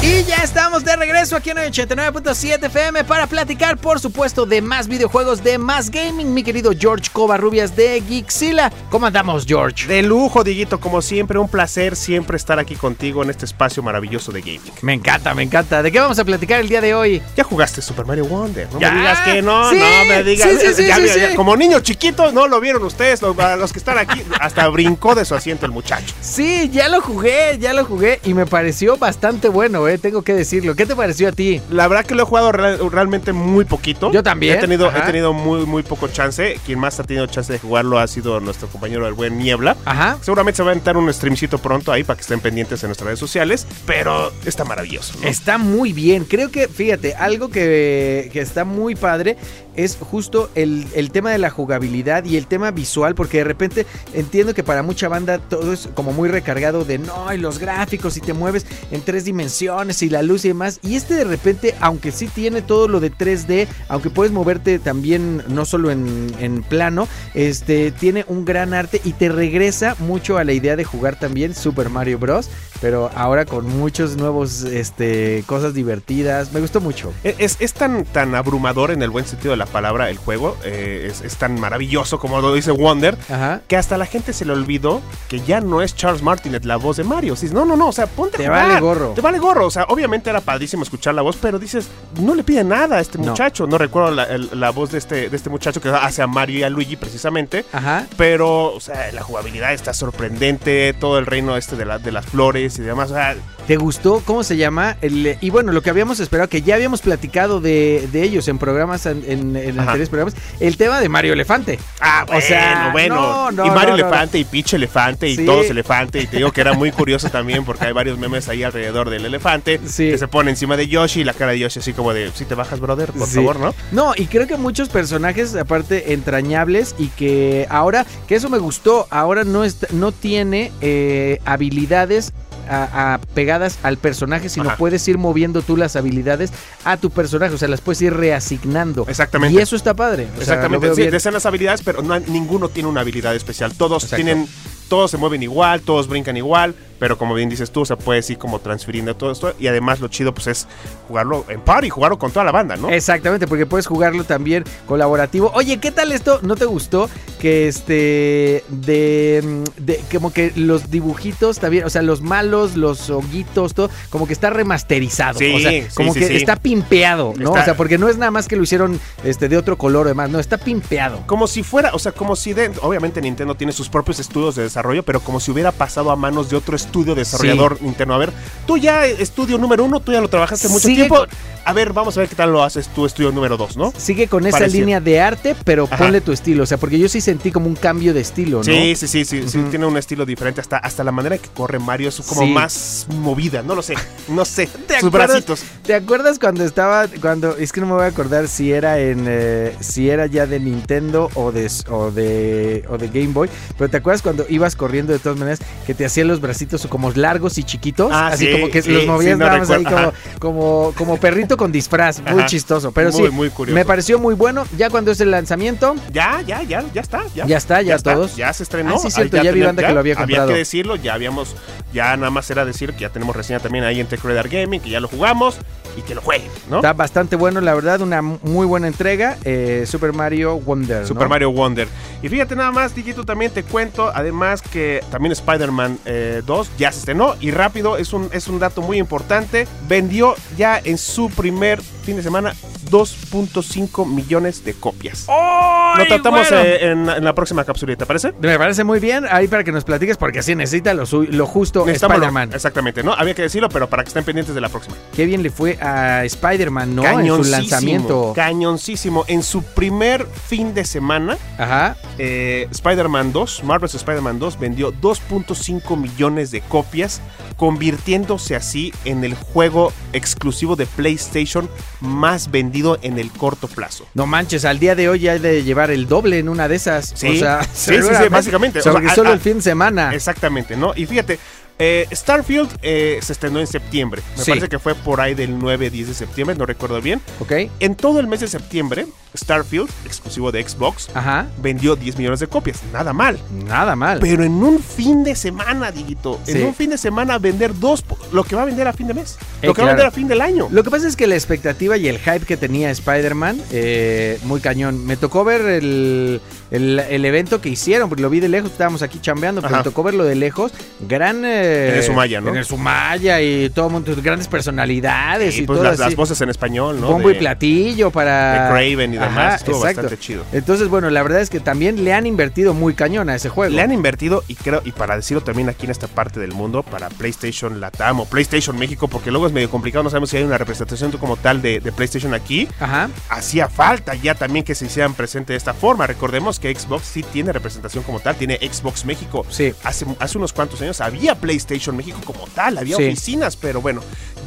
Y ya estamos de regreso aquí en 89.7 FM para platicar, por supuesto, de más videojuegos, de más gaming. Mi querido George Covarrubias de Geekzilla. ¿Cómo andamos, George? De lujo, Diguito, como siempre, un placer siempre estar aquí contigo en este espacio maravilloso de gaming. Me encanta, me encanta. ¿De qué vamos a platicar el día de hoy? Ya jugaste Super Mario Wonder, no Ya. me digas que no, Sí, no me digas. sí, sí, sí, Ya, sí, mira, sí. ya, Como niños chiquitos, no lo vieron ustedes, lo- a los que están aquí, hasta brincó de su asiento el muchacho. Sí, ya lo jugué, ya lo jugué y me pareció bastante bueno, eh, tengo que decirlo. ¿Qué te pareció a ti? La verdad que lo he jugado real- realmente muy poquito. Yo también. He tenido, Ajá. he tenido muy, muy poco chance. Quien más ha tenido chance de jugarlo ha sido nuestro compañero el buen Niebla. Ajá. Seguramente se va a entrar un streamcito pronto ahí para que estén pendientes en nuestras redes sociales. Pero está maravilloso. ¿no? Está muy bien. Creo que, fíjate, algo que, que está muy padre es justo el, el tema de la jugabilidad y el tema visual, porque de repente entiendo que para mucha banda todo es como muy recargado de no, y los gráficos, y te mueves en tres dimensiones, y la luz y demás. Y este de repente, aunque sí tiene todo lo de 3D, aunque puedes moverte también no solo en, en plano, este tiene un gran arte y te regresa mucho a la idea de jugar también Super Mario Bros. Pero ahora con muchos nuevos este, cosas divertidas. Me gustó mucho. E-, Es, es tan, tan abrumador en el buen sentido de la palabra el juego, eh, es, es tan maravilloso como lo dice Wonder, Ajá. que hasta la gente se le olvidó que ya no es Charles Martinet la voz de Mario. Dices, no, no, no, o sea, ponte a Te jugar. vale gorro. Te vale gorro, o sea, obviamente era padrísimo escuchar la voz, pero dices, no le pide nada a este No. muchacho. No, recuerdo la, el- la voz de este, de este muchacho que hace a Mario y a Luigi precisamente. Ajá. Pero, o sea, la jugabilidad está sorprendente, todo el reino este de, la- de las flores y demás. O sea, ¿Te gustó? ¿Cómo se llama? El- y bueno, lo que habíamos esperado, que ya habíamos platicado de, de ellos en programas, an- en, en Ajá. anteriores programas, el tema de Mario Elefante. Ah, O bueno, sea, bueno. no, no, y Mario no, no, Elefante y Peach Elefante y Sí. todos Elefante. Y te digo que era muy curioso también porque hay varios memes ahí alrededor del elefante Sí. que se pone encima de Yoshi y la cara de Yoshi así como de, si te bajas, brother, por Sí. favor, ¿no? No, y creo que muchos personajes, aparte, entrañables y que ahora, que eso me gustó, ahora no, est- no tiene eh, habilidades. a- a pegadas al personaje, sino Ajá. puedes ir moviendo tú las habilidades a tu personaje, o sea, las puedes ir reasignando. Exactamente. Y eso está padre. o sea, lo Exactamente, veo sí, bien. desean las habilidades, pero no, ninguno tiene una habilidad especial. Todos Exacto. tienen, todos se mueven igual, todos brincan igual, pero como bien dices tú, o sea, puedes ir como transfiriendo todo esto. Y además lo chido, pues, es jugarlo en par y jugarlo con toda la banda, ¿no? Exactamente, porque puedes jugarlo también colaborativo. Oye, ¿qué tal esto? ¿No te gustó que este de, mm, de- como que los dibujitos también, o sea, los malos, los hoguitos, todo, como que está remasterizado, Sí, o sea, sí, como sí, que sí. está pimpeado, ¿no? Está- O sea, porque no es nada más que lo hicieron este de otro color o demás, no, está pimpeado. Como si fuera, o sea, como si de, obviamente Nintendo tiene sus propios estudios de desarrollo, pero como si hubiera pasado a manos de otro estudio desarrollador interno. A ver, tú ya eh, estudio número uno, tú ya lo trabajaste mucho Sigue tiempo. con- A ver, vamos a ver qué tal lo haces tú, estudio número dos, ¿no? Sigue con esa Pareciera. línea de arte, pero Ajá. ponle tu estilo, o sea, porque yo sí sentí como un cambio de estilo, ¿no? Sí, sí, sí, sí, sí, Ujú. tiene un estilo diferente. Hasta, hasta la manera en que corre Mario es como Sí. más movida, no lo sé, no sé. ¿Te Sus acuerdas? bracitos. ¿Te acuerdas cuando estaba, cuando, es que no me voy a acordar si era en, eh, si era ya de Nintendo o de, o de, o de Game Boy, pero te acuerdas cuando ibas corriendo de todas maneras que te hacían los bracitos como largos y chiquitos, Ah, así sí, como que sí, los sí, movías no nada más ahí recuerdo, como, ajá. como, como perrito con disfraz, muy Ajá. chistoso, pero muy, sí, muy curioso. me pareció muy bueno, ya cuando es el lanzamiento, Ya, ya, ya, ya está. Ya, Ya está, ya todos. ya se estrenó. Ah, sí, cierto, Ah, ya vi tenía- banda que lo había comprado. Había que decirlo, ya habíamos, ya nada más era decir que ya tenemos reseña también ahí en Tech Radar Gaming, que ya lo jugamos y que lo jueguen, ¿no? está bastante bueno, la verdad, una muy buena entrega, eh, Super Mario Wonder. ¿no? Super Mario Wonder. Y fíjate nada más, Digito, también te cuento, además que también Spider-Man eh, 2 ya se estrenó y rápido, es un, es un dato muy importante, vendió ya en su primer fin de semana 2.5 millones de copias. Lo tratamos eh, en, en la próxima capsulita, ¿te parece? Me parece muy bien, ahí para que nos platiques, porque así necesita lo, su- lo justo Necesitamos lo- Spider-Man. Exactamente, ¿no? Había que decirlo, pero para que estén pendientes de la próxima. Qué bien le fue a Spider-Man, ¿no? En su Cañoncísimo, lanzamiento. Cañoncísimo. En su primer fin de semana, Ajá. eh, Spider-Man 2, Marvel's Spider-Man 2, vendió 2.5 millones de copias convirtiéndose así en el juego exclusivo de PlayStation más vendido en el corto plazo. No manches, al día de hoy ya hay de llevar el doble en una de esas. Sí, o sea, sí, sí, sí, básicamente. Sobre O sea, a- solo a- el fin de semana. Exactamente, ¿no? Y fíjate, eh, Starfield eh, se estrenó en septiembre. Me Sí. parece que fue por ahí del 9-10 de septiembre, no recuerdo bien. ¿Ok? En todo el mes de septiembre, Starfield, exclusivo de Xbox, Ajá. vendió 10 millones de copias. Nada mal. Nada mal. Pero en un fin de semana, Diguito, Sí. en un fin de semana vender dos, po- lo que va a vender a fin de mes, Eh, lo que va a claro. vender a fin del año. Lo que pasa es que la expectativa y el hype que tenía Spider-Man, eh, muy cañón. Me tocó ver el, el- el evento que hicieron, porque lo vi de lejos, estábamos aquí chambeando, pero Ajá. me tocó verlo de lejos. Gran. eh, En el Sumaya, ¿no? En el Sumaya y todo el mundo, grandes personalidades y, y pues todo. las, las así. voces en español, ¿no? Bombo y De- platillo para. de Craven y demás, estuvo exacto. bastante chido. Entonces, bueno, la verdad es que también le han invertido muy cañón a ese juego. Le han invertido, y creo, y para decirlo también aquí en esta parte del mundo, para PlayStation Latam o PlayStation México, porque luego es medio complicado, no sabemos si hay una representación como tal de, de PlayStation aquí. Ajá. Hacía falta ya también que se hicieran presente de esta forma. Recordemos que Xbox sí tiene representación como tal, tiene Xbox México. Sí. Hace, hace unos cuantos años había PlayStation México como tal, había Sí. oficinas, pero bueno,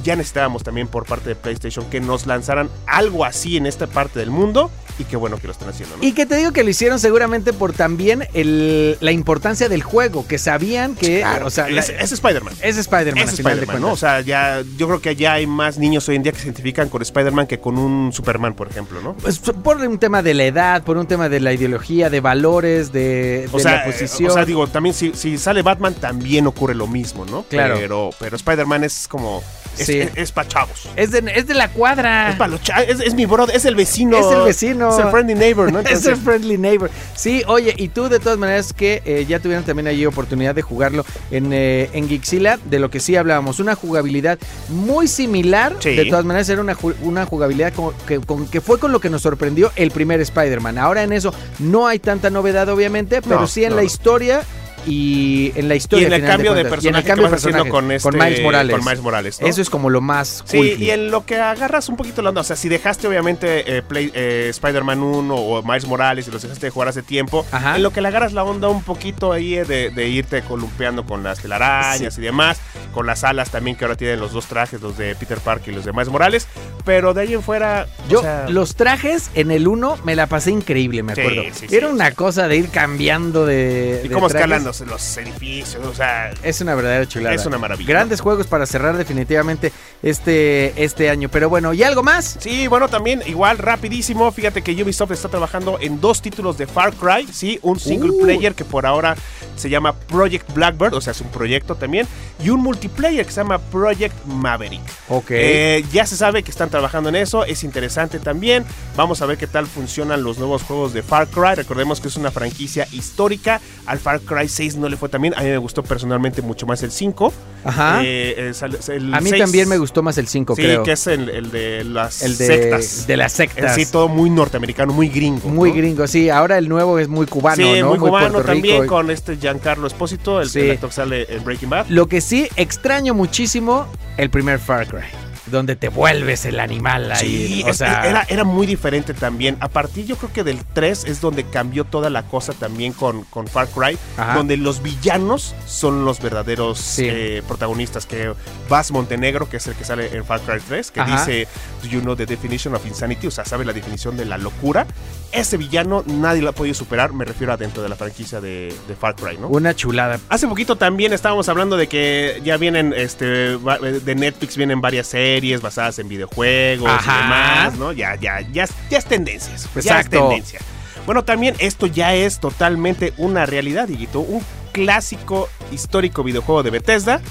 ya necesitábamos también por parte de PlayStation que nos lanzaran algo así en esta parte del mundo y qué bueno que lo están haciendo. ¿no? Y eh, que te digo que lo hicieron seguramente por también el- la importancia del juego, que sabían que. Claro, o sea, la- es, es Spider-Man. Es Spider-Man, Es al final de Spider-Man, cuentas. ¿no? O sea, ya, yo creo que ya hay más niños hoy en día que se identifican con Spider-Man que con un Superman, por ejemplo, ¿no? Pues, por un tema de la edad, por un tema de la ideología, de valores, de, O de sea, la eh, posición. o sea, digo, también si, si sale Batman también ocurre lo mismo, ¿no? Claro. Pero, pero Spider-Man es como... Es, Sí. para chavos. es, de, es de la cuadra. Es, pa' los cha- es, es mi brother, es el vecino. Es el vecino. Es el friendly neighbor, ¿no? Es el friendly neighbor. Sí, oye, y tú de todas maneras que eh, ya tuvieron también allí oportunidad de jugarlo en, eh, en Gixila, de lo que sí hablábamos, una jugabilidad muy similar. Sí. De todas maneras era una, ju- una jugabilidad con, que, con- que fue con lo que nos sorprendió el primer Spider-Man. Ahora en eso no hay tanta novedad obviamente, pero No, sí en no, la no. historia y en la y historia. en al el final cambio de, cuentas, y en personaje el cambio que de vas haciendo personaje, con, este, con Miles Morales. Con Miles Morales ¿no? Eso es como lo más cool. Sí, y en lo que agarras un poquito la onda, o sea, si dejaste obviamente eh, Play- eh, Spider-Man 1 o Miles Morales y los dejaste de jugar hace tiempo, Ajá. en lo que le agarras la onda un poquito ahí eh, de, de irte columpiando con las telarañas y demás, con las alas también que ahora tienen los dos trajes, los de Peter Parker y los de Miles Morales, pero de ahí en fuera, o Yo sea, los trajes en el 1 me la pasé increíble, me Sí, acuerdo. sí, sí, Era sí. una cosa de ir cambiando de. y de cómo trajes. escalan los, los edificios, o sea, Es una verdadera chulada. Es una maravilla. Grandes juegos para cerrar definitivamente este, este año. Pero bueno, ¿y algo más? Sí, bueno, también igual rapidísimo, fíjate que Ubisoft está trabajando en dos títulos de Far Cry, sí, un single Uh. player que por ahora se llama Project Blackbird, o sea, es un proyecto también, y un multiplayer que se llama Project Maverick. Ok. Eh, ya se sabe que están trabajando en eso, es interesante también. Vamos a ver qué tal funcionan los nuevos juegos de Far Cry. Recordemos que es una franquicia histórica. Al Far Cry 6 no le fue tan bien. A mí me gustó personalmente mucho más el 5. Ajá. Eh, es el- es el Ah. A mí 6. también me gustó más el 5, Sí, creo. que es el, el de las el de, sectas. de las Es sectas. sí, todo muy norteamericano, muy gringo. muy ¿no? gringo, sí. Ahora el nuevo es muy cubano, sí, ¿no? muy cubano Puerto también, Rico. con este Giancarlo Espósito, el, Sí. el actor que sale en Breaking Bad. Lo que sí extraño muchísimo, el primer Far Cry. Donde te vuelves el animal ahí. Sí, o es- sea, era, era muy diferente también. A partir, yo creo que del 3 es donde cambió toda la cosa también con, con Far Cry, Ajá. donde los villanos son los verdaderos Sí. eh, protagonistas. Que Vas Montenegro, que es el que sale en Far Cry 3, que Ajá. dice, Do you know the definition of insanity? O sea, sabe la definición de la locura. Ese villano nadie lo ha podido superar, me refiero a dentro de la franquicia de, de Far Cry, ¿no? una chulada. Hace poquito también estábamos hablando de que ya vienen, este, va- de Netflix vienen varias series basadas en videojuegos Ajá. y demás, ¿no? Ya, ya, ya, es- ya es tendencia eso, Ya es Exacto. tendencia. Bueno, también esto ya es totalmente una realidad, Diguito. Un clásico histórico videojuego de Bethesda.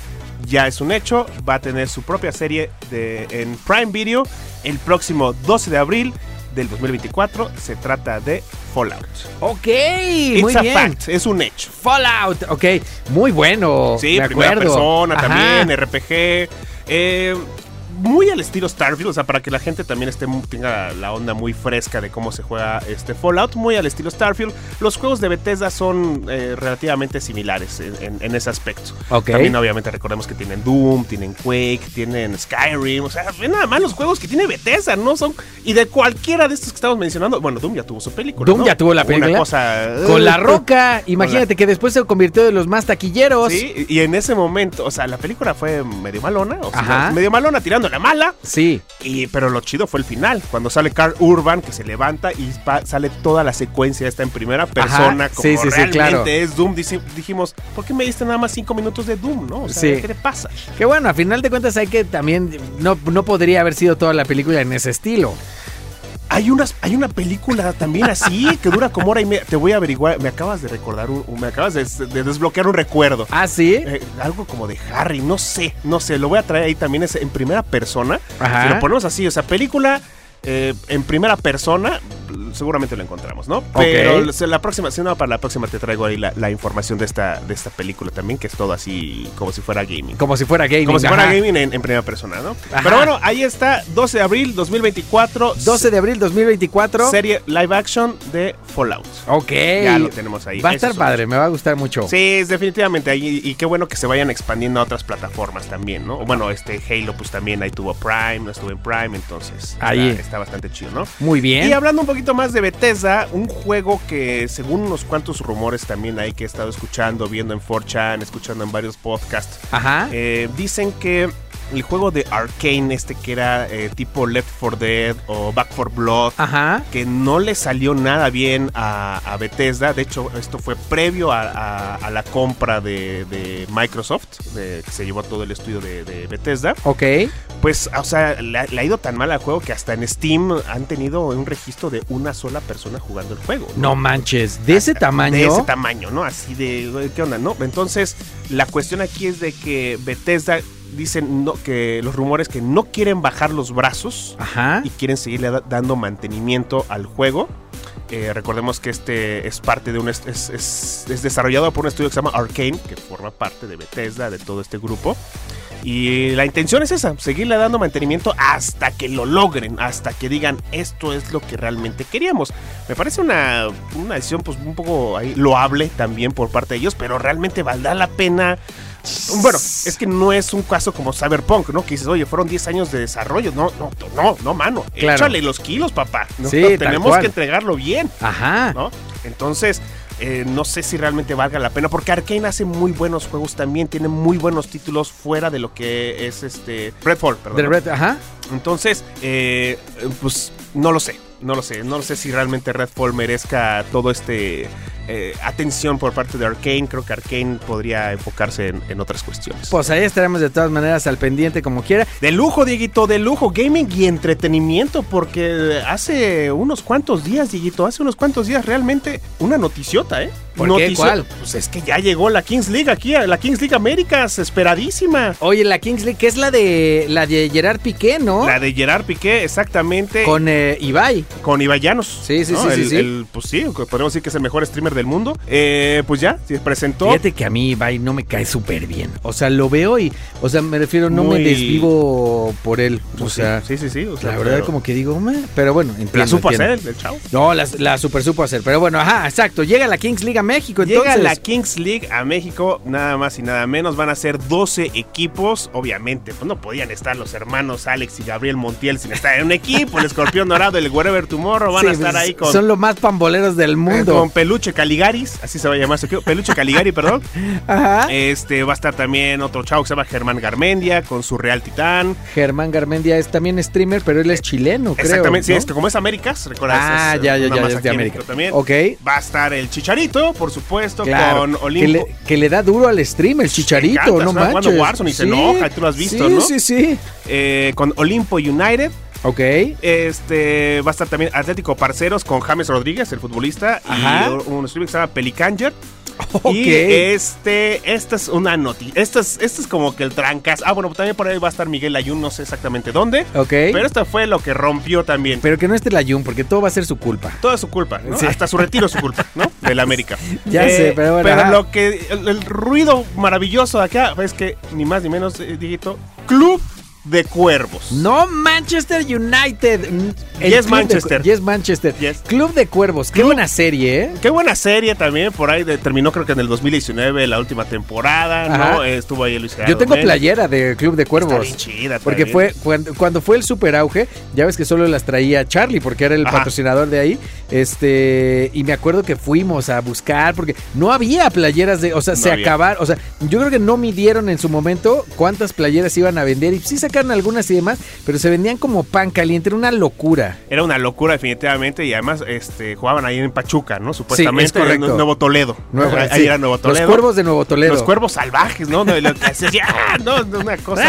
Ya es un hecho, va a tener su propia serie de, en Prime Video el próximo 12 de abril del 2024. Se trata de Fallout. Ok, It's muy a bien. fact, es un hecho. Fallout, ok, muy bueno. Sí, me primera acuerdo. persona Ajá. también, RPG. eh, muy al estilo Starfield, o sea, para que la gente también esté, tenga la onda muy fresca de cómo se juega este Fallout, muy al estilo Starfield. Los juegos de Bethesda son eh, relativamente similares en, en- en ese aspecto. Ok. También obviamente recordemos que tienen Doom, tienen Quake, tienen Skyrim, o sea, ve nada más los juegos que tiene Bethesda, ¿no? Son... Y de cualquiera de estos que estamos mencionando, bueno, Doom ya tuvo su película. Doom ¿no? ya tuvo la Una película. cosa, Con la eh, roca, imagínate que después se convirtió de los más taquilleros. Sí, y en ese momento, o sea, la película fue medio malona, o sea, Ajá. medio malona tirando la mala, Sí. y, pero lo chido fue el final, cuando sale Carl Urban, que se levanta y pa- sale toda la secuencia esta en primera persona, Ajá, como sí, sí, sí, realmente claro. es Doom. Dici- dijimos, ¿por qué me diste nada más cinco minutos de Doom, no? O sea, Sí. ¿qué te pasa? Que bueno, a final de cuentas hay que también. No, no podría haber sido toda la película en ese estilo. Hay, unas, hay una película también así, que dura como hora y media. Te voy a averiguar, me acabas de recordar, un- me acabas de, de desbloquear un recuerdo. Ah, sí. Eh, algo como de Harry, no sé, no sé, lo voy a traer ahí también es en primera persona. Ajá. Si lo ponemos así, o sea, película eh, en primera persona, seguramente lo encontramos, ¿no? Pero se- la próxima, si no, para la próxima te traigo ahí la, la información de esta, de esta película también, que es todo así como si fuera gaming. Como si fuera gaming. Como si fuera ajá. gaming en, en primera persona, ¿no? Ajá. Pero bueno, ahí está, 12 de abril 2024. 12 de abril 2024. Serie live action de Fallout. Ok. Ya lo tenemos ahí. Va a Eso estar es- padre, me va a gustar mucho. Sí, es definitivamente. ahí- y qué bueno que se vayan expandiendo a otras plataformas también, ¿no? Bueno, este Halo, pues también ahí tuvo Prime, no estuvo en Prime, entonces Ahí. Está, está bastante chido, ¿no? Muy Y bien. hablando un poquito más de Bethesda, un juego que según unos cuantos rumores también ahí que he estado escuchando, viendo en 4chan, escuchando en varios podcasts, Ajá. eh, dicen que el juego de Arkane, este que era eh, tipo Left 4 Dead o Back 4 Blood, Ajá. que no le salió nada bien a, a Bethesda. De hecho, esto fue previo a, a- a la compra de, de Microsoft, de- que se llevó todo el estudio de, de Bethesda. Ok. Pues, o sea, le, ha- le ha ido tan mal al juego que hasta en Steam han tenido un registro de una sola persona jugando el juego. No manches. De ese tamaño. De ese tamaño, ¿no? Así de, güey, ¿qué onda, no? Entonces, la cuestión aquí es de que Bethesda dicen no, que los rumores que no quieren bajar los brazos Ajá. y quieren seguirle da- dando mantenimiento al juego. Eh, recordemos que este es parte de un est- es, es- es desarrollado por un estudio que se llama Arkane, que forma parte de Bethesda, de todo este grupo. Y la intención es esa, seguirle dando mantenimiento hasta que lo logren, hasta que digan esto es lo que realmente queríamos. Me parece una, una decisión pues un poco ahí loable también por parte de ellos, pero realmente valdrá la pena. Bueno, es que no es un caso como Cyberpunk, ¿no? Que dices, oye, fueron 10 años de desarrollo. No, no, no, no, mano. Claro. Échale los kilos, papá. ¿no? Sí, tal tenemos cual. que entregarlo bien. Ajá. ¿no? Entonces, eh, no sé si realmente valga la pena, porque Arkane hace muy buenos juegos también, tiene muy buenos títulos fuera de lo que es este Redfall, perdón. De Red, ajá. Entonces, eh, eh, pues no lo sé, no lo sé, no lo sé si realmente Redfall merezca todo este eh, atención por parte de Arkane. Creo que Arkane podría enfocarse en, en otras cuestiones. Pues ahí estaremos de todas maneras al pendiente como quiera. De lujo, Dieguito, de lujo, gaming y entretenimiento, porque hace unos cuantos días, Dieguito, hace unos cuantos días realmente una noticiota, ¿eh? ¿Por qué? Noticio- ¿Cuál? Pues es que ya llegó la Kings League aquí, a la Kings League Américas, esperadísima. Oye, la Kingsley, que es la de la de Gerard Piqué, ¿no? La de Gerard Piqué, exactamente, con, Con eh, Ibai. Ibayanos. Sí, sí, sí, sí, El- sí. el- pues sí, podemos decir que es el mejor streamer del mundo. Eh, pues ya, se presentó. Fíjate que a mí Ibai no me cae súper bien. O sea, lo veo y, o sea, me refiero, no me Muy- desvivo por él. O Pues sí, sea, sí, sí, sí. o sea, la verdad pero- como que digo, "Meh", pero bueno, entiendo. La supo entiendo. hacer el- el chavo. No, la, la super supo hacer. Pero bueno, ajá, exacto. Llega la Kings League a México, entonces. Llega la Kings League a México, nada más y nada menos. Van a ser 12 equipos. Obviamente, pues no podían estar los hermanos Alex y Gabriel Montiel sin estar en un equipo. El Escorpión Dorado, el Wherever Tomorrow van a Sí, estar pues, ahí con, Son los más pamboleros del con mundo. Peluche Caligaris. Así se va a llamar su equipo. Peluche Caligari, perdón. Ajá. Este va a estar también otro chavo que se llama Germán Garmendia con su Real Titán. Germán Garmendia es también streamer, pero él es chileno, creo. Exactamente, sí, ¿no? es que como es Américas, recuerdas. Ah, es, eh, ya, ya, una ya, más es de aquí en América. México También. Ok. Va a estar el Chicharito, por supuesto, Claro, con que, Olimpo. le, que le da duro al stream, el Sí, chicharito, encanta, no está jugando manches. Warzone y se enoja, tú lo has visto, sí, ¿no? Sí, sí, eh, con Olimpo United. Ok. Este va a estar también Atlético Parceros con James Rodríguez, el futbolista, Ajá. y un streamer que se llama Pelicanger. Ok. Y este, esta es una noticia. Esta es, este es como que el trancas. Ah, bueno, también por ahí va a estar Miguel Ayun, no sé exactamente dónde. ok. Pero Pero, esto fue lo que rompió también. que no esté la Jun, porque todo va a ser su culpa. Toda su culpa, ¿no? Sí. Hasta su retiro es su culpa, ¿no? Del América. Ya sé, pero bueno, ajá. lo que. El, el ruido maravilloso de acá es que, ni más ni menos, eh, Dieguito, eh, Club de Cuervos. No Manchester United. El Yes, club de Manchester. cu- yes Manchester. Yes. Club de Cuervos. Qué Club- buena serie, ¿eh? Qué buena serie también, por ahí de- terminó creo que en el 2019 la última temporada, ¿no? Ajá. Eh, Estuvo ahí Luis Gerardo Yo tengo Méndez. playera de Club de Cuervos. Está bien chida, está Porque bien. fue cuando, cuando fue el super auge, ya ves que solo las traía Charlie porque era el Ajá. patrocinador de ahí. Este, y me acuerdo que fuimos a buscar porque no había playeras de, o sea, No se había. acabaron, o sea, yo creo que no midieron en su momento cuántas playeras iban a vender y sí sacaron algunas y demás, pero se vendían como pan caliente, era una locura. Era una locura definitivamente y además este jugaban ahí en Pachuca, ¿no? Supuestamente es correcto. en Nuevo Toledo. Nuevo- ahí sí, era Nuevo Los Toledo. cuervos de Nuevo Toledo. Los cuervos salvajes, ¿no? No, lo que hacías, ¡ah! no, no, una cosa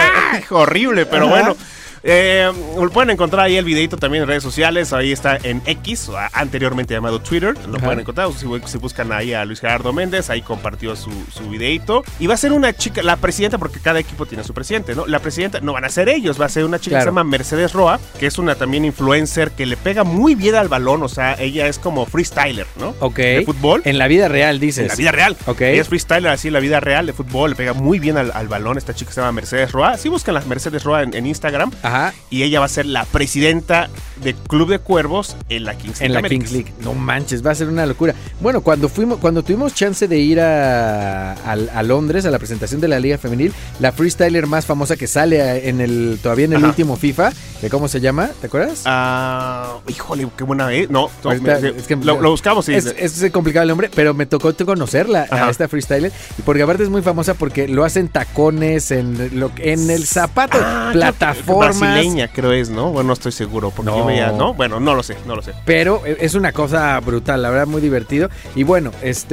horrible, pero Ah. Ajá. bueno. Eh, pueden encontrar ahí el videito también en redes sociales. Ahí está en X, o a- anteriormente llamado Twitter. Lo Ajá. pueden encontrar. o Si, bu- si buscan ahí a Luis Gerardo Méndez, ahí compartió su, su videito. Y va a ser una chica, la presidenta, porque cada equipo tiene su presidente, ¿no? La presidenta, no van a ser ellos, va a ser una chica que se Claro. llama Mercedes Roa, que es una también influencer que le pega muy bien al balón. O sea, ella es como freestyler, ¿no? Ok. De fútbol. En la vida real, dices. En la vida real. Ok. Ella es freestyler así en la vida real de fútbol. Le pega muy bien al, al balón. Esta chica se llama Mercedes Roa. Si buscan las Mercedes Roa en, en Instagram. Ajá. Y ella va a ser la presidenta de Club de Cuervos en la Kings League. En la Américas. Kings League. No manches, va a ser una locura. Bueno, cuando fuimos, cuando tuvimos chance de ir a, a- a Londres a la presentación de la Liga Femenil, la freestyler más famosa que sale a- en el, todavía en el Ajá. último FIFA, de cómo se llama, ¿te acuerdas? Ah, híjole, qué buena es. No, no, Ahorita, me- es que- lo, lo buscamos. y- Es, es complicado el nombre, pero me tocó conocerla Ajá. a esta freestyler. y Porque aparte es muy famosa porque lo hacen tacones, en, lo, en el zapato, Ah, creo que- plataformas. Brasileña, creo es, ¿no? Bueno, no estoy seguro. Porque No. yo veía, ¿no? Bueno, no lo sé, no lo sé. Pero eh, es una cosa brutal, la verdad, muy divertido. Y bueno,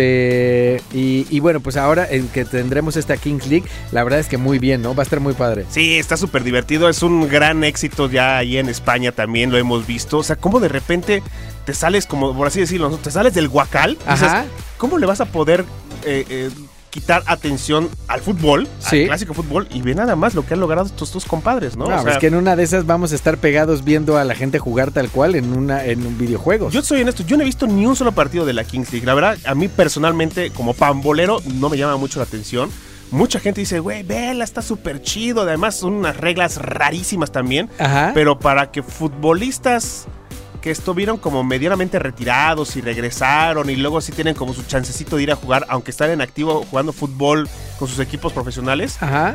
este. Y, y bueno, pues ahora en que tendremos esta Kings League, la verdad es que muy bien, ¿no? Va a estar muy padre. Sí, está súper divertido. Es un gran éxito ya ahí en España también, lo hemos visto. O sea, cómo de repente te sales, como por así decirlo, ¿no? te sales del guacal. Ajá. Dices, ¿Cómo le vas a poder eh, eh, quitar atención al fútbol, Sí. al clásico fútbol? Y ve nada más lo que han logrado estos dos compadres, ¿no? No, O sea, es que en una de esas vamos a estar pegados viendo a la gente jugar tal cual en una en un videojuego. Yo soy honesto, yo no he visto ni un solo partido de la Kings League. La verdad, a mí personalmente, como pambolero, no me llama mucho la atención. Mucha gente dice, güey, vela, está súper chido. Además, son unas reglas rarísimas también. Ajá. Pero para que futbolistas que estuvieron como medianamente retirados y regresaron y luego sí tienen como su chancecito de ir a jugar, aunque están en activo jugando fútbol con sus equipos profesionales, Ajá.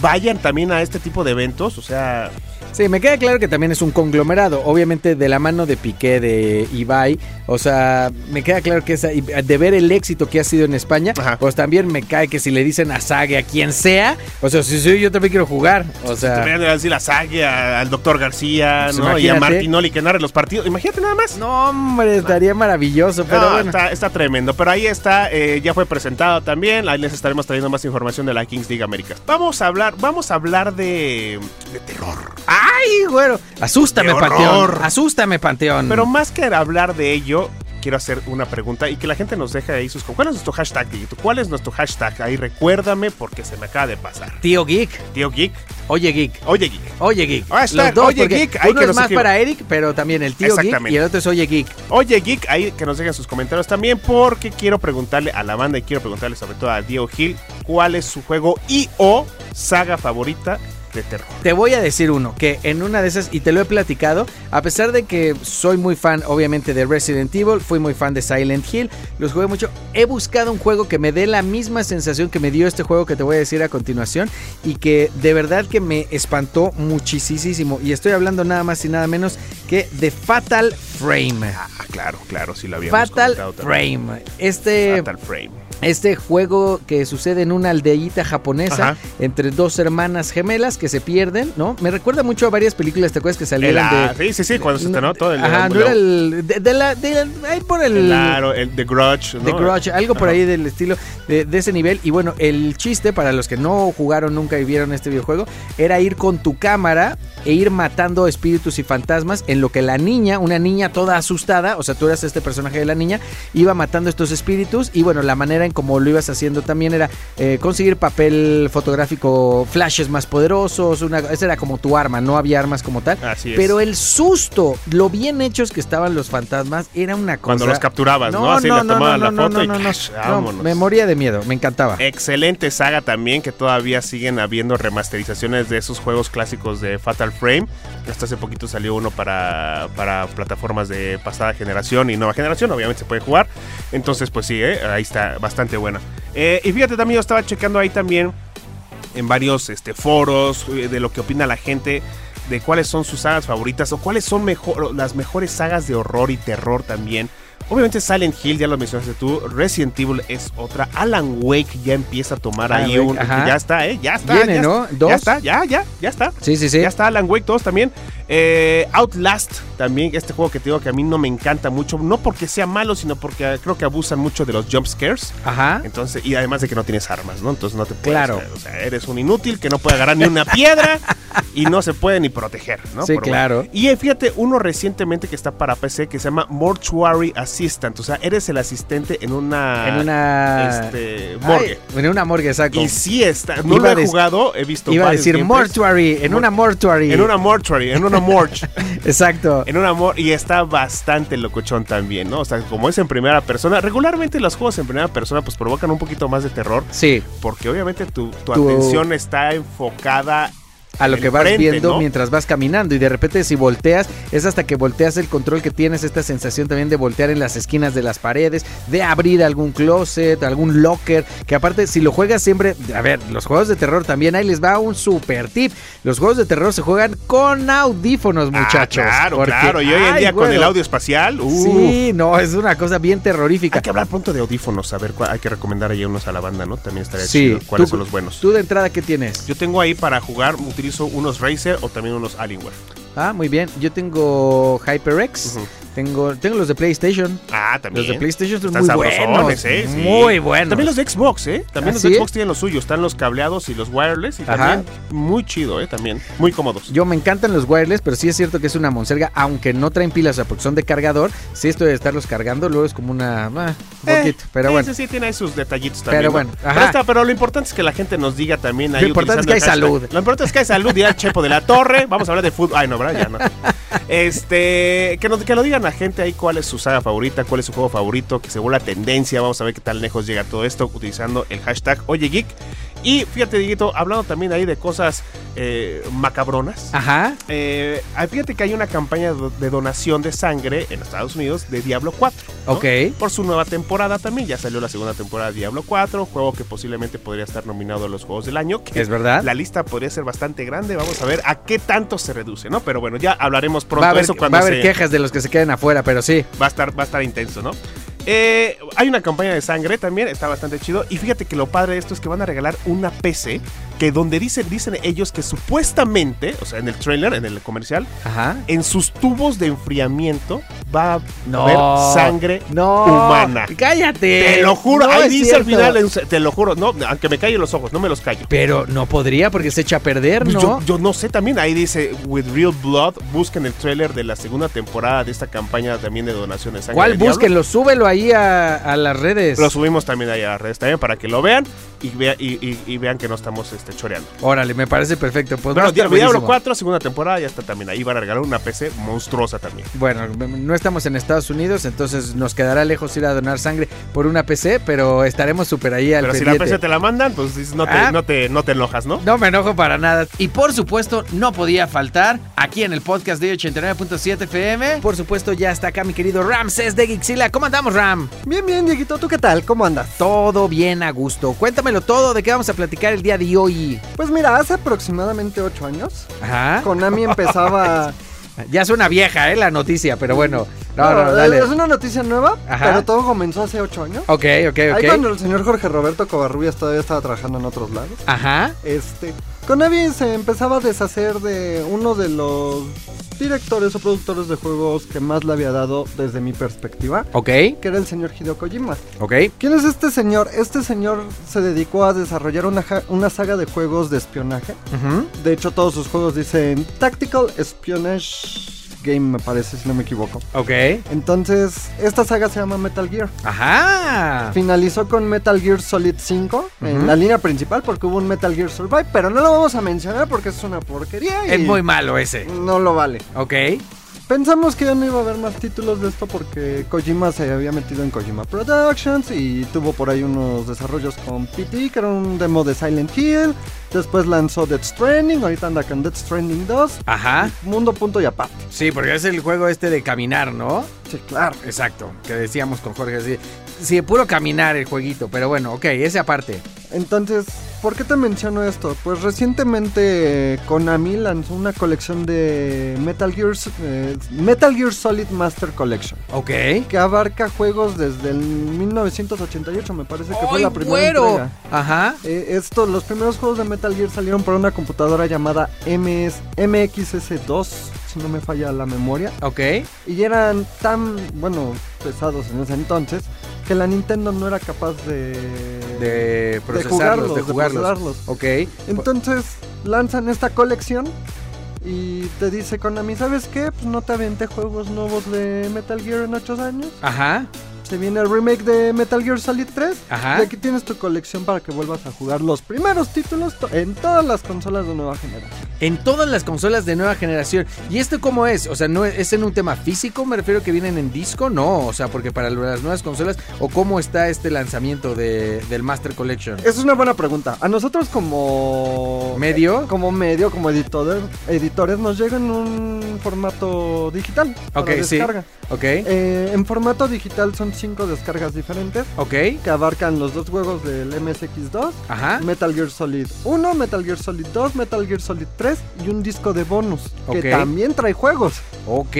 vayan también a este tipo de eventos. O sea, Sí, me queda claro que también es un conglomerado, obviamente de la mano de Piqué, de Ibai, o sea, me queda claro que es ahí, de ver el éxito que ha sido en España, Ajá. pues también me cae que si le dicen a Sague a quien sea, o sea, si soy yo también quiero jugar, o sea, también le van a decir a Sague, a- al doctor García Pues ¿no? y a imagínate. Martinoli que narre los partidos. Imagínate nada más. no hombre, estaría maravilloso, pero No, bueno. está, está tremendo. Pero ahí está, eh, ya fue presentado también. Ahí les estaremos trayendo más información de la Kings League Américas. Vamos a hablar, vamos a hablar de, de terror. Ay, güero, asústame ¡Qué Panteón, horror! asústame Panteón. Pero más que hablar de ello, quiero hacer una pregunta y que la gente nos deje ahí sus... ¿Cuál es nuestro hashtag, Dieguito? ¿Cuál es nuestro hashtag? Ahí recuérdame porque se me acaba de pasar. tío geek, Tío Geek, oye geek. oye Geek. Oye Geek. Hashtag Los dos, Oye porque Geek, ahí uno que es nos más escriba. para Eric, pero también el tío Geek Exactamente. y el otro es Oye Geek. Oye Geek, ahí que nos dejen sus comentarios también porque quiero preguntarle a la banda y quiero preguntarle sobre todo a Diego Gil cuál es su juego y o saga favorita de terror. Te voy a decir uno, que en una de esas, y te lo he platicado, a pesar de que soy muy fan, obviamente, de Resident Evil, fui muy fan de Silent Hill, los jugué mucho, he buscado un juego que me dé la misma sensación que me dio este juego que te voy a decir a continuación, y que de verdad que me espantó muchísimo, y estoy hablando nada más y nada menos que de Fatal Frame. Ah, claro, claro, sí lo habíamos Fatal comentado también. Frame. Este... Fatal Frame. Este juego que sucede en una aldeíta japonesa Ajá. entre dos hermanas gemelas que se pierden, ¿no? Me recuerda mucho a varias películas, ¿te acuerdas que El, salieron ah, de... sí, sí, sí, cuando se no, estrenó todo el... Ajá, no lo- era el... De, de la, de- ahí por el... el aro, el The Grudge. The ¿no? Grudge, algo por Ajá. ahí del estilo de, de ese nivel. Y bueno, el chiste para los que no jugaron nunca y vieron este videojuego era ir con tu cámara e ir matando espíritus y fantasmas en lo que la niña, una niña niña toda asustada, o sea, tú eras este personaje de la niña, iba matando estos espíritus y bueno, la manera en como lo ibas haciendo también era eh, conseguir papel fotográfico, flashes más poderosos, una, esa era como tu arma, no había armas como tal. Así es. Pero el susto, lo bien hechos que estaban los fantasmas, era una cosa. Cuando los capturabas, ¿no? Así les tomabas la foto y ¡cash! vámonos. Eh, me moría de miedo, me encantaba. Excelente saga también que todavía siguen habiendo remasterizaciones de esos juegos clásicos de Fatal Frame. Hasta hace poquito salió uno para, para plataformas de pasada generación y nueva generación, obviamente se puede jugar. Entonces, pues sí, eh, ahí está, bastante buena. Eh, y fíjate también, yo estaba checando ahí también en varios este, foros eh, de lo que opina la gente de cuáles son sus sagas favoritas o cuáles son mejor, las mejores sagas de horror y terror también. Obviamente Silent Hill, ya lo mencionaste tú, Resident Evil es otra, Alan Wake ya empieza a tomar Alan ahí Wake, un... ajá. Ya está, ¿eh? Ya está. Viene, ya ¿no? está, ¿Dos? Ya está, ya, ya, ya está. Sí, sí, sí. Ya está Alan Wake 2 también. Eh, Outlast también, este juego que te digo que a mí no me encanta mucho, no porque sea malo, sino porque creo que abusan mucho de los jump scares. Ajá. Entonces, y además de que no tienes armas, ¿no? Entonces no te puedes. Claro. O sea, eres un inútil que no puede agarrar ni una piedra y no se puede ni proteger, ¿no? Sí, claro. bueno. Y eh, fíjate, uno recientemente que está para PC que se llama Mortuary Assistant. O sea, eres el asistente en una. En una Este, morgue. Ay, en una morgue, exacto. Y sí está. No Iba lo a he dec- jugado, he visto. Iba a varios decir gameplays. mortuary, en Mor- una mortuary. En una mortuary, en una morch. Exacto. En un amor, y está bastante locochón también, ¿no? O sea, como es en primera persona, regularmente los juegos en primera persona pues provocan un poquito más de terror, Sí, porque obviamente tu, tu Tu- atención está enfocada a lo el que vas frente, viendo ¿no? mientras vas caminando y de repente si volteas, es hasta que volteas el control que tienes, esta sensación también de voltear en las esquinas de las paredes, de abrir algún closet, algún locker, que aparte si lo juegas siempre, a ver, los juegos de terror también, ahí les va un super tip, los juegos de terror se juegan con audífonos Ah, muchachos. claro, porque- claro. Y hoy en ay, día con güero. el audio espacial, uh, Sí, no, es una cosa bien terrorífica. hay que hablar pronto de audífonos, a ver, cuál- hay que recomendar ahí unos a la banda, ¿no? También estaría Sí, chido cuáles tú- son los buenos. ¿Tú de entrada qué tienes? Yo tengo ahí para jugar, utilizo unos Razer o también unos Alienware. Ah, muy bien. Yo tengo HyperX, Ujú. tengo, tengo los de PlayStation. Ah, también. Los de PlayStation son Están muy sabrosones, buenos. ¿eh? Sí. Muy buenos. También los de Xbox, ¿eh? También los ¿Ah, de sí? Xbox tienen los suyos. Están los cableados y los wireless. Y Ajá. también muy chido, ¿eh? También muy cómodos. Yo me encantan los wireless, pero sí es cierto que es una monserga, aunque no traen pilas, o sea, porque son de cargador. Sí, esto de estarlos cargando, luego es como una. ah, un Eh, poquito, pero sí, bueno. Sí, sí, tiene ahí sus detallitos también. Pero ¿no? bueno, ajá. Pero, está- pero lo importante es que la gente nos diga también ahí. Lo importante es utilizando que hay el hashtag. salud. Lo importante es que hay salud, dirá el Chepo de la Torre. Vamos a hablar de fútbol. Ay, no, ¿verdad? Ya no. Este, que, nos, que lo digan la gente ahí cuál es su saga favorita, cuál es su juego favorito, que según la tendencia, vamos a ver qué tan lejos llega todo esto utilizando el hashtag Oye Geek. Y fíjate, Dieguito, hablando también ahí de cosas eh, macabronas. Ajá. Eh, ah, fíjate que hay una campaña do- de donación de sangre en Estados Unidos de Diablo 4. ¿no? Ok. Por su nueva temporada también, ya salió la segunda temporada de Diablo 4, juego que posiblemente podría estar nominado a los Juegos del Año. que Es verdad. La lista podría ser bastante grande, vamos a ver a qué tanto se reduce, ¿no? Pero bueno, ya hablaremos pronto Va a de haber, eso va cuando a haber se- quejas de los que se queden afuera, pero sí. va a estar, va a estar intenso, ¿no? Eh, hay una campaña de sangre también, está bastante chido. Y fíjate que lo padre de esto es que van a regalar una PC que donde dicen, dicen ellos que supuestamente, o sea, en el trailer, en el comercial, Ajá. en sus tubos de enfriamiento va a No. haber sangre No. humana. Cállate. Te lo juro, No ahí es dice al cierto. final, en- te lo juro, no, aunque me callen los ojos, no me los callo. Pero no podría porque se echa a perder, ¿no? Pues Yo, yo no sé también, ahí dice With Real Blood, busquen el trailer de la segunda temporada de esta campaña también de donación de sangre. ¿Cuál? del diablo. Búsquenlo, súbelo ahí a, a las redes. Lo subimos también ahí a las redes también para que lo vean y, vea- y, y- y vean que no estamos este, choreando. Órale, me parece perfecto. Pues va a Bueno, estar Diablo, Diablo buenísimo. 4, segunda temporada, ya está también ahí. Van a regalar una PC monstruosa también. Bueno, no estamos en Estados Unidos, entonces nos quedará lejos ir a donar sangre por una PC, pero estaremos súper ahí al Pero si la pendiente. PC te la mandan, pues dices, no te, Ah. no te, no te enojas, ¿no? No me enojo para nada. Y por supuesto, no podía faltar aquí en el podcast de 89.7 FM. Por supuesto, ya está acá mi querido Ramses de Gixila. ¿Cómo andamos, Ram? Bien, bien, Dieguito, ¿tú qué tal? ¿Cómo andas? Todo bien a gusto. Cuéntamelo todo de qué vamos a platicar el día de hoy. Pues mira, hace aproximadamente 8 años, Ajá. Konami empezaba... Ya suena vieja, ¿eh? La noticia, pero bueno. No, no, No, dale. Es una noticia nueva, Ajá. pero todo comenzó hace 8 años. Ok, ok, Ahí cuando ok. el señor Jorge Roberto Covarrubias todavía estaba trabajando en otros lados. Ajá. Este, Konami se empezaba a deshacer de uno de los directores o productores de juegos que más le había dado desde mi perspectiva, Ok, que era el señor Hideo Kojima. ok. ¿Quién es este señor? Este señor se dedicó a desarrollar una, ja- una saga de juegos de espionaje. Ujú. De hecho, todos sus juegos dicen Tactical Espionage Game, me parece, si no me equivoco. Ok. Entonces, esta saga se llama Metal Gear. Ajá. Finalizó con Metal Gear Solid 5 en la línea principal porque hubo un Metal Gear Survive, pero no lo vamos a mencionar porque es una porquería y Es muy malo ese. no lo vale. Ok. Pensamos que ya no iba a haber más títulos de esto porque Kojima se había metido en Kojima Productions y tuvo por ahí unos desarrollos con PT, que era un demo de Silent Hill. Después lanzó Death Stranding, ahorita anda con Death Stranding 2. Ajá. Mundo punto y aparte. Sí, porque es el juego este de caminar, ¿no? Sí, claro. Exacto. Que decíamos con Jorge así. Sí, puro caminar el jueguito. Pero bueno, ok, ese aparte. Entonces, ¿por qué te menciono esto? Pues recientemente eh, Konami lanzó una colección de Metal Gear, eh, Metal Gear Solid Master Collection. Ok. Que abarca juegos desde el 1988, me parece que fue la ¡Ay, primera güero! entrega. Ajá. Eh, esto, los primeros juegos de Metal Gear salieron para una computadora llamada MS, MXS2, si no me falla la memoria. Ok. Y eran tan, bueno, pesados en ese entonces, que la Nintendo no era capaz de... De de procesarlos, de jugarlos. procesarlos. Ok. Entonces lanzan esta colección y te dice Konami, ¿sabes qué? Pues no te aventé juegos nuevos de Metal Gear en 8 años. Ajá. Se viene el remake de Metal Gear Solid 3. Ajá. Y aquí tienes tu colección para que vuelvas a jugar los primeros títulos to- en todas las consolas de nueva generación. En todas las consolas de nueva generación. ¿Y esto cómo es? O sea, ¿no es en un tema físico? Me refiero que vienen en disco. No, o sea, porque para las nuevas consolas. ¿O cómo está este lanzamiento de- del Master Collection? Es una buena pregunta. A nosotros como... eh, ¿Medio? Como medio, como editor, editores, nos llega en un formato digital. para Ok, sí. descarga. Ok. Eh, en formato digital son cinco descargas diferentes. Ok. que abarcan los dos juegos del MSX2, Ajá. Metal Gear Solid 1, Metal Gear Solid 2, Metal Gear Solid 3 y un disco de bonus Ok. que también trae juegos. Ok.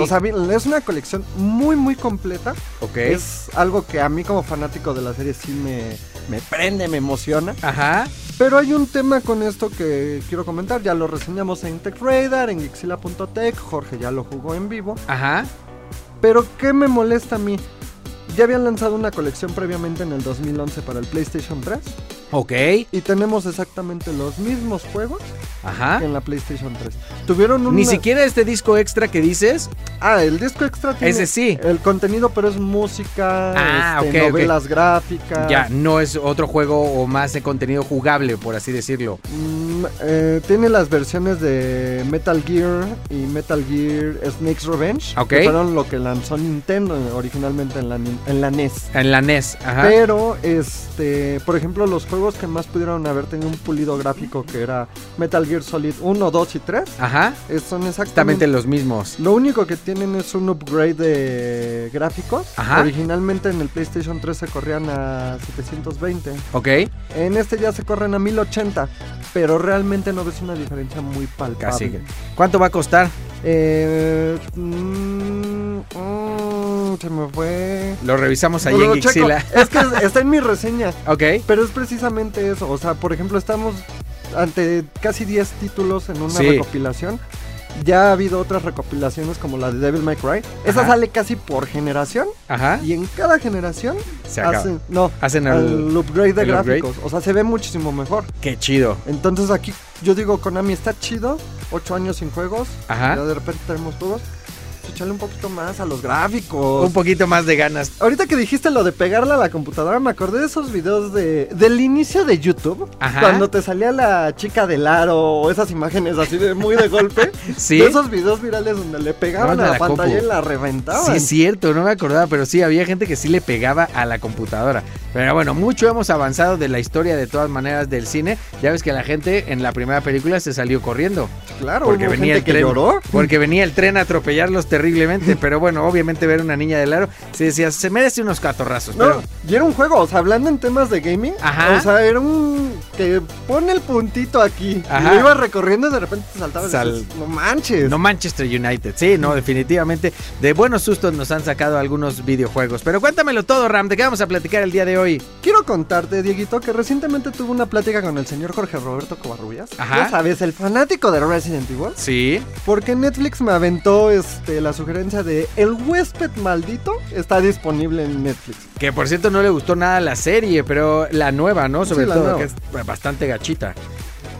O sea, es una colección muy muy completa. Ok. Es algo que a mí como fanático de la serie sí me, me prende, me emociona. Ajá. Pero hay un tema con esto que quiero comentar. Ya lo reseñamos en Tech Radar, en Gixila.tech. Jorge ya lo jugó en vivo. Ajá. Pero ¿qué me molesta a mí? Ya habían lanzado una colección previamente en el 2011 para el PlayStation 3 Ok. y tenemos exactamente los mismos juegos Ajá. que en la PlayStation 3. Tuvieron un Ah. Ni siquiera este disco extra que dices. Ah, el disco extra tiene Ese sí. el contenido, pero es música, Ah, este, ok, ok. novelas gráficas. Ya, no es otro juego o más de contenido jugable, por así decirlo. Mm, eh, tiene las versiones de Metal Gear y Metal Gear Snake's Revenge. Ok. Que fueron lo que lanzó Nintendo originalmente en la, nin- en la NES. En la NES. Ajá. Pero, este, por ejemplo, los juegos que más pudieron haber tenido un pulido gráfico que era Metal Gear Solid 1, 2 y 3, Ajá. eh, son Exactamente exactamente los mismos. Lo único que tienen es un upgrade de gráficos. Ajá. Originalmente en el PlayStation 3 se corrían a 720. Ok. En este ya se corren a 1080. Pero realmente no ves una diferencia muy Casi. palpable. ¿Cuánto va a costar? Eh, mm, mm, se me fue. Lo revisamos Pues ahí Lo en checo. Gixila. Es que está en mi reseña. Ok. Pero es precisamente eso, o sea, por ejemplo, estamos ante casi 10 títulos en una Sí. recopilación. Ya ha habido otras recopilaciones como la de Devil May Cry. Esa Ajá. sale casi por generación Ajá. y en cada generación Se acaba. hacen, no, Hacen el- el upgrade de el upgrade. gráficos, o sea, se ve muchísimo mejor. Qué chido. Entonces aquí yo digo, Konami está chido, 8 años sin juegos, Ajá. ya de repente tenemos juegos. Échale un poquito más a los gráficos. Un poquito más de ganas. Ahorita que dijiste lo de pegarla a la computadora, me acordé de esos videos de, del inicio de YouTube. Ajá. Cuando te salía la chica del aro o esas imágenes así de muy de golpe. Sí. De esos videos virales donde le pegaban Estaban a a la, la pantalla compu. y la reventaban. Sí, es cierto, no me acordaba, pero sí, había gente que sí le pegaba a la computadora. Pero bueno, mucho hemos avanzado de la historia de todas maneras del cine. Ya ves que la gente en la primera película se salió corriendo. Claro, Porque hubo venía gente el que tren. lloró. Porque venía el tren a atropellarlos terriblemente. Pero bueno, obviamente ver una niña del aro, se decía, se merece unos catorrazos. No, Pero, y era un juego, o sea, hablando en temas de gaming, Ajá. o sea, era un que pone el puntito aquí, Ajá. y lo iba recorriendo y de repente te saltaba y Sal- decías, no manches. No Manchester United, sí, no, definitivamente. De buenos sustos nos han sacado algunos videojuegos. Pero cuéntamelo todo, Ram, ¿de qué vamos a platicar el día de hoy? Quiero contarte, Dieguito, que recientemente tuve una plática con el señor Jorge Roberto Covarrubias. Ajá. Ya sabes, el fanático de Resident Evil. Sí. Porque Netflix me aventó este, la sugerencia de El huésped maldito está disponible en Netflix. Que por cierto no le gustó nada la serie, pero la nueva, ¿no? Sobre Sí, la todo, nueva. que es bastante gachita.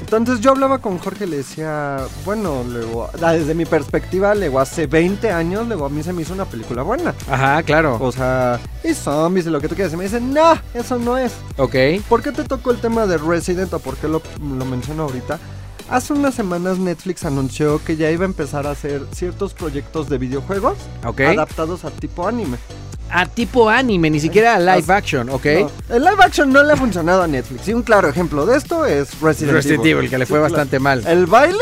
Entonces yo hablaba con Jorge y le decía, bueno, luego, ah, desde mi perspectiva, luego hace 20 años, luego a mí se me hizo una película buena. Ajá, claro. O sea, y zombies y lo que tú quieras. Y me dicen, no, eso no es. Ok. ¿Por qué te tocó el tema de Resident o por qué lo, lo menciono ahorita? Hace unas semanas Netflix anunció que ya iba a empezar a hacer ciertos proyectos de videojuegos Ok. adaptados a tipo anime. A tipo anime, ni siquiera a As- live action, ¿ok? No, el live action no le ha funcionado a Netflix. Y un claro ejemplo de esto es Resident, Resident Evil, que le fue Sí, claro. Eh. bastante mal. El baile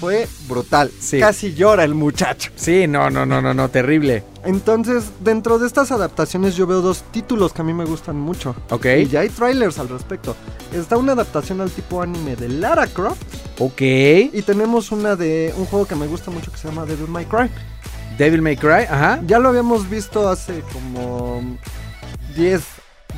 fue brutal. Sí. Casi llora el muchacho. Sí, no, no, no, no, no, terrible. Entonces, dentro de estas adaptaciones yo veo dos títulos que a mí me gustan mucho. Ok. Y ya hay trailers al respecto. Está una adaptación al tipo anime de Lara Croft Ok. y tenemos una de un juego que me gusta mucho que se llama Devil May Cry. Devil May Cry, ajá. Ya lo habíamos visto hace como 10,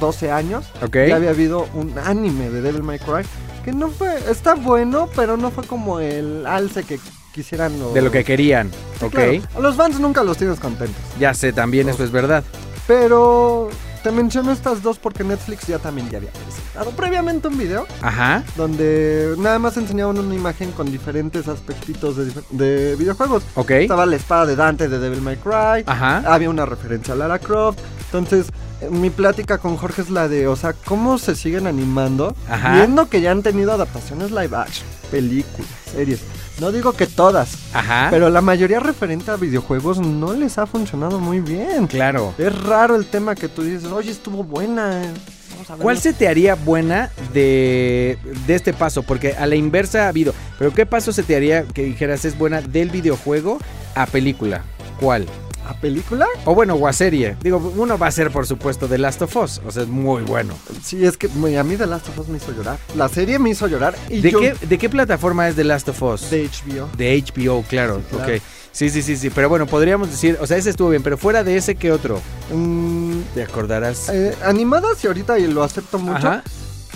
12 años. Ok. Ya había habido un anime de Devil May Cry que no fue, está bueno, pero no fue como el alce que quisieran los- De lo que querían. Sí, Ok. claro, a los fans nunca los tienes contentos. Ya sé, también eso es verdad. Pero te menciono estas dos porque Netflix ya también ya había presentado previamente un video Ajá. donde nada más enseñaban una imagen con diferentes aspectitos de, difer- de videojuegos. Ok. Estaba la espada de Dante de Devil May Cry, Ajá. había una referencia a Lara Croft. Entonces, eh, mi plática con Jorge es la de, o sea, ¿cómo se siguen animando? Ajá. Viendo que ya han tenido adaptaciones live action, películas, series. No digo que todas, Ajá. pero la mayoría referente a videojuegos no les ha funcionado muy bien. Claro. Es raro el tema que tú dices, oye, estuvo buena. eh, vamos a verla". ¿Cuál se te haría buena de, de este paso? Porque a la inversa ha habido. Pero ¿qué paso se te haría que dijeras es buena del videojuego a película? ¿Cuál? ¿A película? O bueno, o a serie. Digo, uno va a ser por supuesto The Last of Us. O sea, es muy bueno. Sí, es que me- a mí The Last of Us me hizo llorar. La serie me hizo llorar. Y ¿De yo- qué, ¿De qué plataforma es The Last of Us? De HBO. De HBO, claro. Sí, claro. Ok. Sí, sí, sí, sí. Pero bueno, podríamos decir, o sea, ese estuvo bien, pero fuera de ese, ¿qué otro? Mm, ¿Te acordarás? eh, animadas y ahorita y lo acepto mucho. Ajá.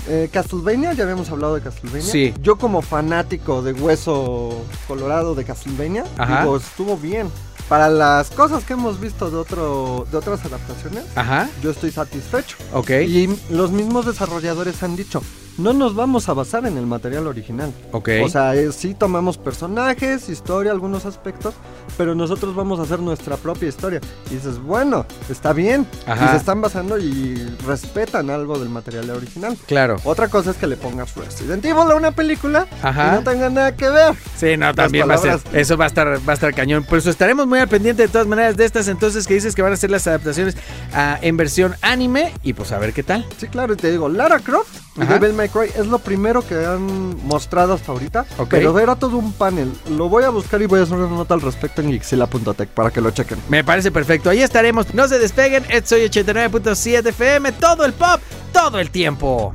Eh, Castlevania, ya habíamos hablado de Castlevania. Sí. Yo como fanático de hueso colorado de Castlevania, Ajá. digo, estuvo bien. Para las cosas que hemos visto de otro de otras adaptaciones, Ajá. yo estoy satisfecho. Ok. Y los mismos desarrolladores han dicho, no nos vamos a basar en el material original. Ok. O sea, eh, sí tomamos personajes, historia, algunos aspectos, pero nosotros vamos a hacer nuestra propia historia. Y dices, bueno, está bien. Ajá. Y se están basando y respetan algo del material original. claro. Otra cosa es que le pongas Resident Evil a una película Ajá. y no tenga nada que ver. Sí, no, también va a Las ser. palabras. Eso va a estar, va a estar cañón. Por eso estaremos muy al pendiente de todas maneras de estas entonces que dices que van a ser las adaptaciones ah, en versión anime y pues a ver qué tal. Sí, claro, y te digo, Lara Croft y Ajá. Devil May Cry es lo primero que han mostrado hasta ahorita. Ok. Pero era todo un panel. Lo voy a buscar y voy a hacer una nota al respecto en Ixila.tech para que lo chequen. Me parece perfecto. Ahí estaremos. No se despeguen. Esto soy 89.7 FM. Todo el pop, todo el tiempo.